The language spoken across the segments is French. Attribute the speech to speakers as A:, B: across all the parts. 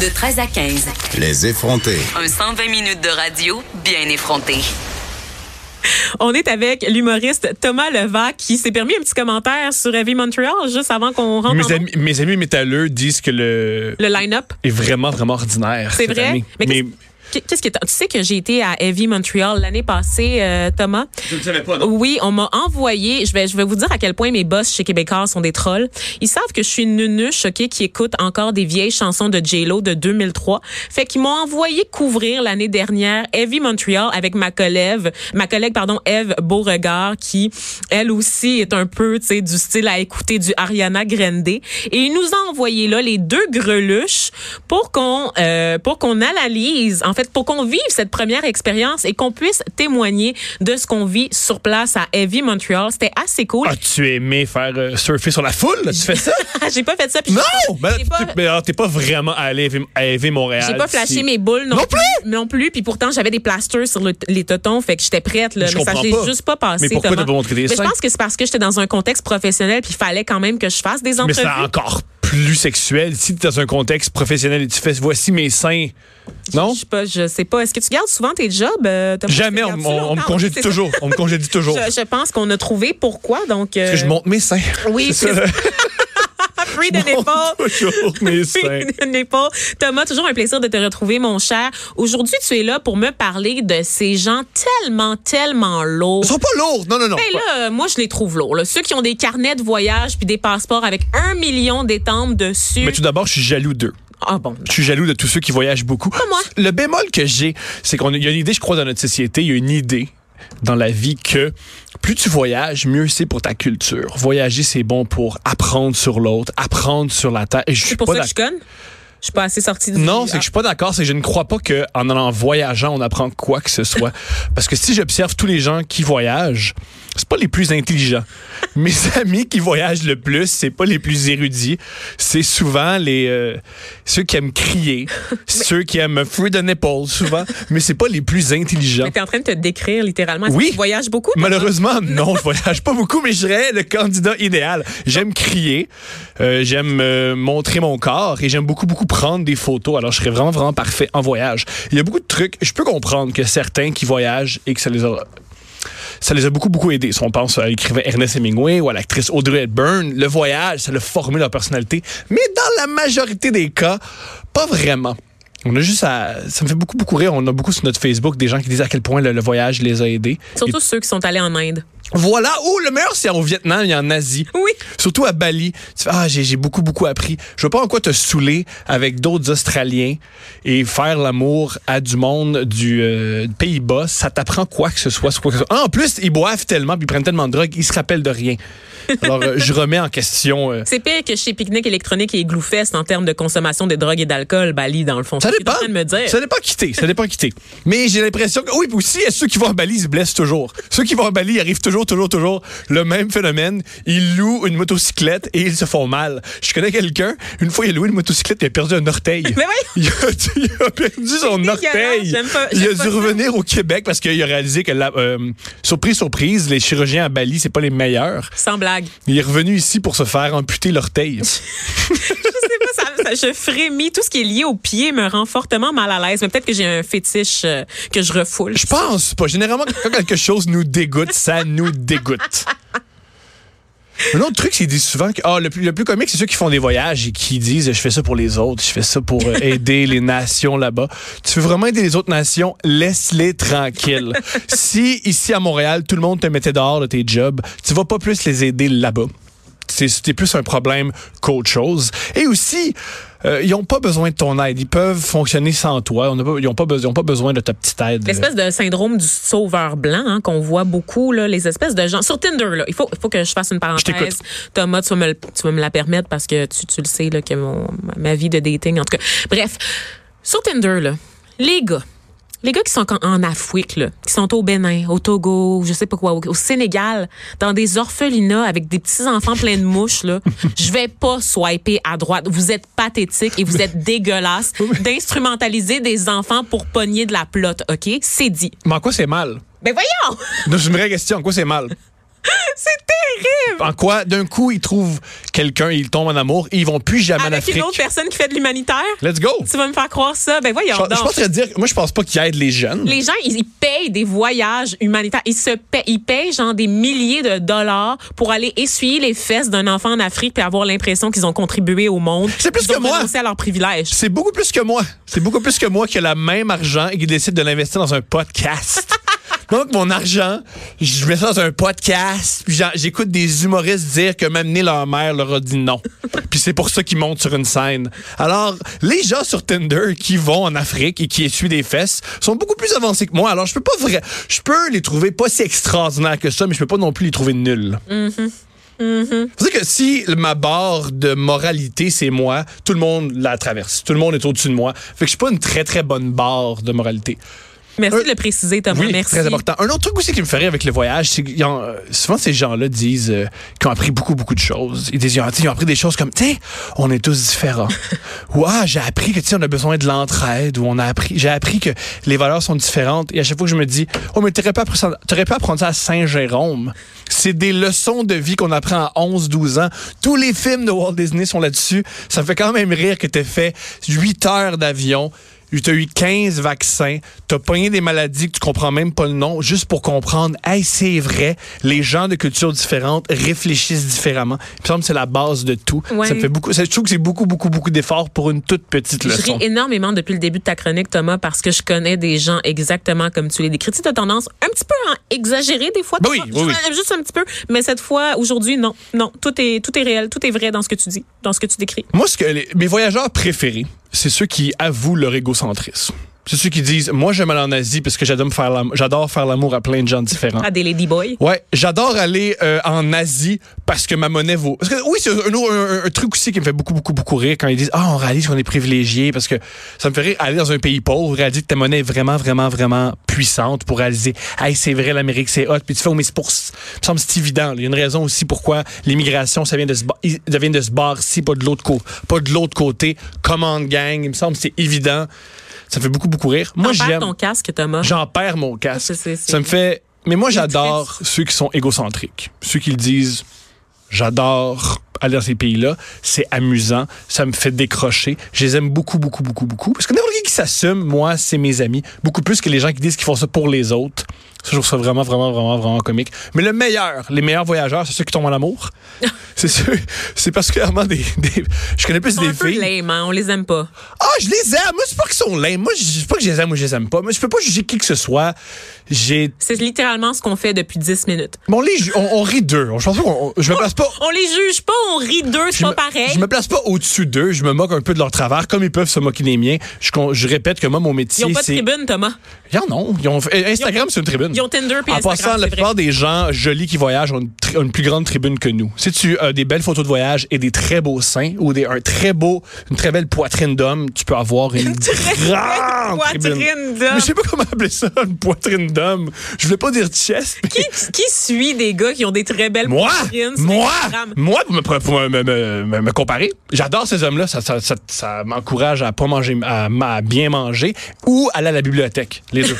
A: De 13 à 15.
B: Les effrontés.
A: Un 120 minutes de radio bien effronté.
C: On est avec l'humoriste Thomas Levac qui s'est permis un petit commentaire sur Heavy Montreal juste avant qu'on rentre
D: Mes
C: en
D: amis, mes amis métalleux disent que le,
C: le line-up.
D: est vraiment, vraiment ordinaire.
C: C'est
D: cette
C: vrai?
D: année.
C: Mais
D: Mais,
C: qu'est-ce- Qu- Qu'est-ce que t'as- tu sais que j'ai été à Heavy Montreal l'année passée, euh, Thomas.
E: Je ne savais pas. non?
C: Oui, on m'a envoyé. Je vais, je vais vous dire à quel point mes boss chez Québécois sont des trolls. Ils savent que je suis une nunuche, ok, qui écoute encore des vieilles chansons de J-Lo de 2003. Fait qu'ils m'ont envoyé couvrir l'année dernière Heavy Montreal avec ma collègue, ma collègue pardon, Eve Beauregard, qui elle aussi est un peu, tu sais, du style à écouter du Ariana Grande. Et ils nous ont envoyé là les deux greluches pour qu'on, euh, pour qu'on analyse, en fait, pour qu'on vive cette première expérience et qu'on puisse témoigner de ce qu'on vit sur place à Heavy Montreal. C'était assez cool.
D: as-tu aimé faire euh, surfer sur la foule? Tu fais ça?
C: j'ai pas fait ça. puis
D: Ah. non!
C: j'ai pas-
D: Ben,
C: j'ai pas-
D: t'es- mais alors, t'es pas vraiment allé à EV Montréal.
C: j'ai pas flashé mes boules non,
D: Non
C: plus. Non plus. Puis pourtant, j'avais des plasters sur le- les totons. Fait que j'étais prête. Là,
D: Mais je
C: ça,
D: comprends
C: j'ai
D: pas.
C: juste pas passé.
D: Mais pourquoi
C: Thomas.
D: t'as pas montré des
C: Mais Je
D: seins?
C: pense que c'est parce que j'étais dans un contexte professionnel. Puis il fallait quand même que je fasse des
D: Mais
C: entrevues.
D: c'est encore plus sexuel. Si t'es dans un contexte professionnel et tu fais voici mes seins. Non?
C: Je sais pas, je sais pas. Est-ce que tu gardes souvent tes jobs, euh, Thomas?
D: Jamais,
C: Tu
D: on,
C: gardes-tu
D: on- on
C: longtemps?
D: me congédie
C: C'est ça.
D: toujours. On me congédie toujours.
C: Je, je pense qu'on a trouvé pourquoi. Donc, euh,
D: Parce que je monte mes seins.
C: Oui,
D: C'est
C: c'est
D: ça.
C: free de l'épaule.
D: toujours mes seins.
C: Free de l'épaule. Thomas, toujours un plaisir de te retrouver, mon cher. Aujourd'hui, tu es là pour me parler de ces gens tellement, tellement lourds.
D: Ils sont pas lourds. Non, non, non.
C: Ben là, euh, moi, je les trouve lourds. là. Ceux qui ont des carnets de voyage puis des passeports avec un million d'étampes dessus.
D: Mais tout d'abord, je suis jaloux d'eux.
C: Ah bon.
D: Je suis jaloux de tous ceux qui voyagent beaucoup.
C: moi.
D: Le bémol que j'ai, c'est qu'on il y a une idée, je crois, dans notre société, il y a une idée dans la vie que plus tu voyages, mieux c'est pour ta culture. Voyager, c'est bon pour apprendre sur l'autre, apprendre sur la terre. Et je suis
C: C'est pour
D: pas
C: ça que
D: d'ac-
C: je conne? Je suis pas assez sortie du Ah.
D: non, c'est que je suis pas d'accord, c'est que je ne crois pas que en allant en voyageant, on apprend quoi que ce soit. Parce que si j'observe tous les gens qui voyagent, c'est pas les plus intelligents. Mes amis qui voyagent le plus, c'est pas les plus érudits, c'est souvent les euh, ceux qui aiment crier, ceux qui aiment free the nipple souvent, mais c'est pas les plus intelligents.
C: Mais t'es en train de te décrire littéralement. Est-ce
D: Oui.
C: que Tu voyages beaucoup? Thomas?
D: Malheureusement, non, je voyage pas beaucoup, mais je serais le candidat idéal. J'aime crier, euh, j'aime euh, montrer mon corps et j'aime beaucoup, beaucoup prendre des photos. Alors, je serais vraiment, vraiment parfait en voyage. Il y a beaucoup de trucs. Je peux comprendre que certains qui voyagent et que ça les a. Ça les a beaucoup, beaucoup aidés. Si on pense à l'écrivain Ernest Hemingway ou à l'actrice Audrey Hepburn, le voyage, ça a formé leur personnalité. Mais dans la majorité des cas, pas vraiment. On a juste à- Ça me fait beaucoup, beaucoup rire. On a beaucoup sur notre Facebook des gens qui disent à quel point le, le voyage les a aidés. Et
C: Surtout ceux qui sont allés en Inde.
D: voilà. Oh, le meilleur, c'est au Vietnam et en Asie.
C: Oui.
D: Surtout à Bali. Tu fais, ah, j'ai j'ai beaucoup, beaucoup appris. Je veux pas en quoi te saouler avec d'autres Australiens et faire l'amour à du monde du euh, Pays-Bas. Ça t'apprend quoi que ce soit. sur quoi que ce soit. Ah, en plus, ils boivent tellement, puis ils prennent tellement de drogue, ils se rappellent de rien. Alors, euh, je remets en question... euh,
C: C'est pire que chez Picnic Électronique et Gloufest en termes de consommation des drogues et d'alcool, Bali, dans le fond.
D: ça
C: C'est ce que
D: dépend.
C: t'es en train de me dire.
D: Ça dépend quitter. Ça dépend quitter. Mais j'ai l'impression que, oui, puis aussi, ceux qui vont à Bali, ils se blessent toujours. Ceux qui vont à Bali, ils arrivent toujours, toujours, toujours le même phénomène. Ils louent une motocyclette et ils se font mal. Je connais quelqu'un, une fois, il a loué une motocyclette et il a perdu un orteil.
C: Mais oui.
D: Il a, il a perdu son
C: dégueulasse.
D: orteil.
C: J'aime pas-
D: il a
C: j'aime pas
D: dû
C: ça.
D: revenir au Québec parce qu'il a réalisé que, la, euh, surprise, surprise, les chirurgiens à Bali, c'est pas les meilleurs.
C: Sans blague.
D: Il est revenu ici pour se faire amputer l'orteil.
C: je sais pas, ça, ça- je frémis. Tout ce qui est lié aux pieds me rend fortement mal à l'aise. Mais peut-être que j'ai un fétiche euh, que je refoule.
D: Je pense pas. Généralement, quand quelque chose nous dégoûte, ça nous dégoûte. Un autre truc, c'est qu'ils disent souvent que ah, le, plus, le plus comique, c'est ceux qui font des voyages et qui disent je fais ça pour les autres, je fais ça pour euh, aider les nations là-bas. Tu veux vraiment aider les autres nations, laisse-les tranquilles. si ici à Montréal, tout le monde te mettait dehors de tes jobs, tu vas pas plus les aider là-bas. C'est c'est plus un problème qu'autre chose. Et aussi, euh, ils n'ont pas besoin de ton aide. Ils peuvent fonctionner sans toi. On n'a pas- ils n'ont pas, besoin- ils ont pas besoin de ta petite aide.
C: L'espèce de syndrome du sauveur blanc hein, qu'on voit beaucoup, là, les espèces de gens. Sur Tinder, là, il faut, il faut que je fasse une parenthèse.
D: t'écoute.
C: Thomas, tu vas, me, le- tu vas me la permettre parce que tu, tu le sais là, que mon, ma vie de dating, en tout cas. Bref, sur Tinder, là, les gars. Les gars qui sont en, en Afrique, là, qui sont au Bénin, au Togo, je sais pas quoi, au, au Sénégal, dans des orphelinats avec des petits enfants pleins de mouches, là, je vais pas swiper à droite. Vous êtes pathétique et vous êtes dégueulasse d'instrumentaliser des enfants pour pogner de la plotte, OK? C'est dit.
D: Mais en quoi c'est mal?
C: Ben voyons!
D: Non, C'est une vraie question. En quoi c'est mal?
C: C'est terrible!
D: En quoi, d'un coup, ils trouvent quelqu'un, ils tombent en amour et ils vont plus jamais en
C: Avec
D: Afrique.
C: une autre personne qui fait de l'humanitaire?
D: Let's go!
C: Tu vas me faire croire ça? Ben voyons
D: Je, je
C: donc.
D: penserais dire, moi, je pense pas qu'ils aident les jeunes.
C: Les gens, ils, ils payent des voyages humanitaires. Ils se payent, ils payent genre des milliers de dollars pour aller essuyer les fesses d'un enfant en Afrique et avoir l'impression qu'ils ont contribué au monde.
D: C'est plus
C: Ils ont
D: que moi.
C: renoncé à leurs privilèges.
D: C'est beaucoup plus que moi. C'est beaucoup plus que moi qui a le même argent et qui décide de l'investir dans un podcast. Donc, mon argent, je mets ça dans un podcast, puis j'en- j'écoute des humoristes dire que même né leur mère leur a dit non. Puis c'est pour ça qu'ils montent sur une scène. Alors, les gens sur Tinder qui vont en Afrique et qui essuient des fesses sont beaucoup plus avancés que moi. Alors, je peux pas vrai, je peux les trouver pas si extraordinaires que ça, mais je peux pas non plus les trouver nuls. C'est-à-dire que si ma barre de moralité, c'est moi, tout le monde la traverse. Tout le monde est au-dessus de moi. Fait que je suis pas une très, très bonne barre de moralité.
C: Merci
D: Euh,
C: de le préciser, Thomas.
D: Oui,
C: Merci.
D: très important. Un autre truc aussi qui me fait rire avec le voyage, c'est que y en- euh, souvent ces gens-là disent euh, qu'ils ont appris beaucoup, beaucoup de choses. Ils disent, ils ont, ils ont appris des choses comme, tiens, on est tous différents. ou, ah, j'ai appris que, tu sais, on a besoin de l'entraide, ou on a appris, j'ai appris que les valeurs sont différentes. Et à chaque fois que je me dis, oh, mais t'aurais pas appris ça, t'aurais pas apprendre ça à Saint-Jérôme. C'est des leçons de vie qu'on apprend à 11, 12 ans. Tous les films de Walt Disney sont là-dessus. Ça me fait quand même rire que t'aies fait 8 heures d'avion. T'as eu 15 vaccins, t'as pogné des maladies que tu comprends même pas le nom, juste pour comprendre, hey, c'est vrai, les gens de cultures différentes réfléchissent différemment. Il me semble que c'est la base de tout.
C: Ouais.
D: Ça me fait beaucoup, ça, je trouve que c'est beaucoup, beaucoup, beaucoup d'efforts pour une toute petite
C: Je
D: leçon.
C: ris énormément depuis le début de ta chronique, Thomas, parce que je connais des gens exactement comme tu les décris. Tu as tendance un petit peu à exagérer des fois.
D: Ben oui,
C: Thomas.
D: oui, oui.
C: Juste- Juste un petit peu. Mais cette fois, aujourd'hui, non. Non. Tout est, tout est réel. Tout est vrai dans ce que tu dis, dans ce que tu décris.
D: Moi, ce que les- mes voyageurs préférés, c'est ceux qui avouent leur égocentrisme. C'est ceux qui disent, moi, j'aime aller en Asie parce que j'adore me faire l'am- j'adore faire l'amour à plein de gens différents.
C: À des ladyboys.
D: Ouais, j'adore aller euh, en Asie parce que ma monnaie vaut. Parce que oui, c'est un, au- un- un truc aussi qui me fait beaucoup, beaucoup, beaucoup rire quand ils disent Ah, on réalise qu'on est privilégié parce que ça me fait rire aller dans un pays pauvre, réaliser que ta monnaie est vraiment, vraiment, vraiment puissante pour réaliser Hey, c'est vrai, l'Amérique, c'est hot. Puis tu fais, oh, mais c'est pour. ça me semble que c'est évident. là. Il y a une raison aussi pourquoi l'immigration, ça vient de ce, ba- ça vient de ce bar-ci, pas de l'autre côté. Pas de l'autre côté. Commande gang. Il me semble que c'est évident. Ça me fait beaucoup, beaucoup rire. Moi,
C: T'en perds
D: j'aime.
C: ton casque, Thomas.
D: J'en perds mon casque.
C: C'est- c'est- c'est-
D: Ça me fait. Mais moi, j'adore ceux qui sont égocentriques. Ceux qui le disent, j'adore aller dans ces pays-là. C'est amusant. Ça me fait décrocher. Je les aime beaucoup, beaucoup, beaucoup, beaucoup. Parce que n'importe qui qui s'assume, moi, c'est mes amis. Beaucoup plus que les gens qui disent qu'ils font ça pour les autres. Ça, je trouve ça vraiment, vraiment, vraiment, vraiment comique. Mais le meilleur, les meilleurs voyageurs, c'est ceux qui tombent en amour. c'est ceux, c'est particulièrement des, des- je connais plus
C: Ils sont
D: des
C: un peu
D: filles.
C: lame, hein, on les aime pas.
D: Ah, je les aime. Moi, c'est pas qu'ils sont laimes. Moi, je je dis pas que je les aime ou je les aime pas. Mais je peux pas juger qui que ce soit. J'ai.
C: C'est littéralement ce qu'on fait depuis 10 minutes.
D: Bon, les, ju- on, on rit d'eux. Je pense pas qu'on. on- Je me place pas.
C: On les juge pas, on rit d'eux, c'est
D: Je
C: pas
D: me,
C: pareil.
D: je me place pas au-dessus d'eux. Je me moque un peu de leur travers, comme ils peuvent se moquer des miens. Je, con- je répète que moi, mon
C: Ils
D: métier,
C: ont pas de
D: c'est.
C: tribune, Thomas.
D: Ils en ont. Ils ont- eh, Instagram, c'est une tribune.
C: Ils ont Tinder puis
D: en
C: Instagram,
D: passant,
C: c'est
D: la
C: vrai.
D: plupart des gens jolis qui voyagent ont une, tri- ont une plus grande tribune que nous. Si tu as des belles photos de voyage et des très beaux seins ou des, un très beau, une très belle poitrine d'homme, tu peux avoir une, grande
C: poitrine
D: tribune.
C: d'homme.
D: Mais je sais pas comment appeler ça, une poitrine d'homme. Je voulais pas dire chest. mais-
C: Qui, qui suit des gars qui ont des très belles
D: Moi,
C: poitrines sur
D: moi,
C: Instagram?
D: moi, pour me, pour me, me- me- me comparer, j'adore ces hommes-là. Ça, ça- ça- ça m'encourage à pas manger, à, ma- à bien manger ou aller à la bibliothèque, les deux.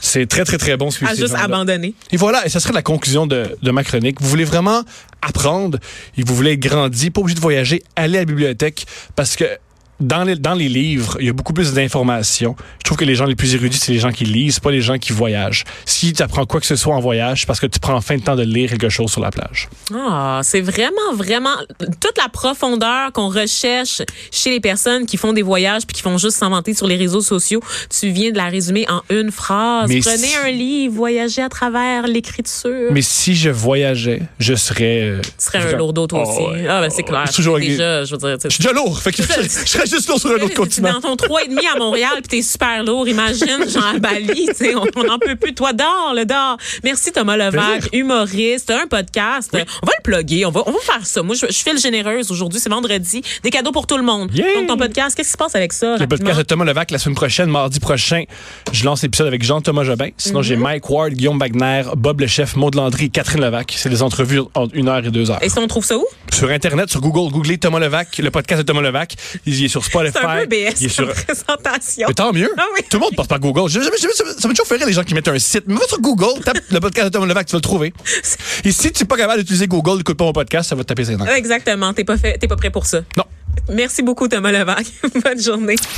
D: C'est très, très, très bon suivre
C: À
D: ces
C: juste
D: gens-là.
C: abandonner.
D: Et voilà, et ça serait la conclusion de, de ma chronique. Vous voulez vraiment apprendre et vous voulez être grandi, pas obligé de voyager, allez à la bibliothèque parce que dans les, dans les livres, il y a beaucoup plus d'informations. Je trouve que les gens les plus érudits, c'est les gens qui lisent, pas les gens qui voyagent. Si tu apprends quoi que ce soit en voyage, c'est parce que tu prends enfin le temps de lire quelque chose sur la plage.
C: Ah, c'est vraiment, vraiment toute la profondeur qu'on recherche chez les personnes qui font des voyages puis qui font juste s'inventer sur les réseaux sociaux. Tu viens de la résumer en une phrase.
D: Mais
C: Prenez
D: si-
C: un livre, voyagez à travers l'écriture.
D: Mais si je voyageais, je serais... euh,
C: Tu serais un lourdeau, toi
D: Oh,
C: aussi.
D: ouais.
C: ah, ben, c'est
D: Oh,
C: clair.
D: je suis toujours avec-
C: Déjà, je veux dire, tu
D: Je
C: sais,
D: suis déjà lourd, fait que je, je serais juste lourd sur un
C: Là,
D: autre
C: t'es
D: continent.
C: dans ton 3,5 à Montréal, puis t'es super lourd. Imagine, genre à Bali, tu sais, on on n'en peut plus. Toi, dors, le dors. Merci, Thomas Levac,
D: Plaisir.
C: humoriste, un podcast. On va le plugger, on va, on va faire ça. Moi, je, je file généreuse aujourd'hui, c'est vendredi. Des cadeaux pour tout le monde.
D: Yeah!
C: Donc, ton podcast, qu'est-ce qui se passe avec ça?
D: Le
C: rapidement?
D: podcast de Thomas Levac la semaine prochaine, mardi prochain. Je lance l'épisode avec Jean-Thomas Jobin. Sinon,
C: Mm-hmm.
D: j'ai Mike Ward, Guillaume Wagner, Bob Le Chef, Maud Landry et Catherine Levac. C'est des entrevues entre une heure et deux heures.
C: Et si on trouve ça où?
D: Sur Internet, sur Google, googlez Thomas Levac, le podcast de Thomas Levac. Il est sur sur Spotify.
C: C'est un peu BS
D: Il est sur-
C: comme présentation.
D: Mais tant mieux.
C: Ah oui.
D: Tout le monde passe par Google. J'ai jamais- j'ai jamais- ça m'a toujours fait rire les gens qui mettent un site. Mais va sur Google, tape le podcast de Tom Levac, tu vas le trouver. Et si tu n'es pas capable d'utiliser Google, écoute pas mon podcast, ça va te taper ses dents.
C: Exactement. T'es pas, fait- t'es pas prêt pour ça.
D: Non.
C: Merci beaucoup, Thomas Levac. Bonne journée.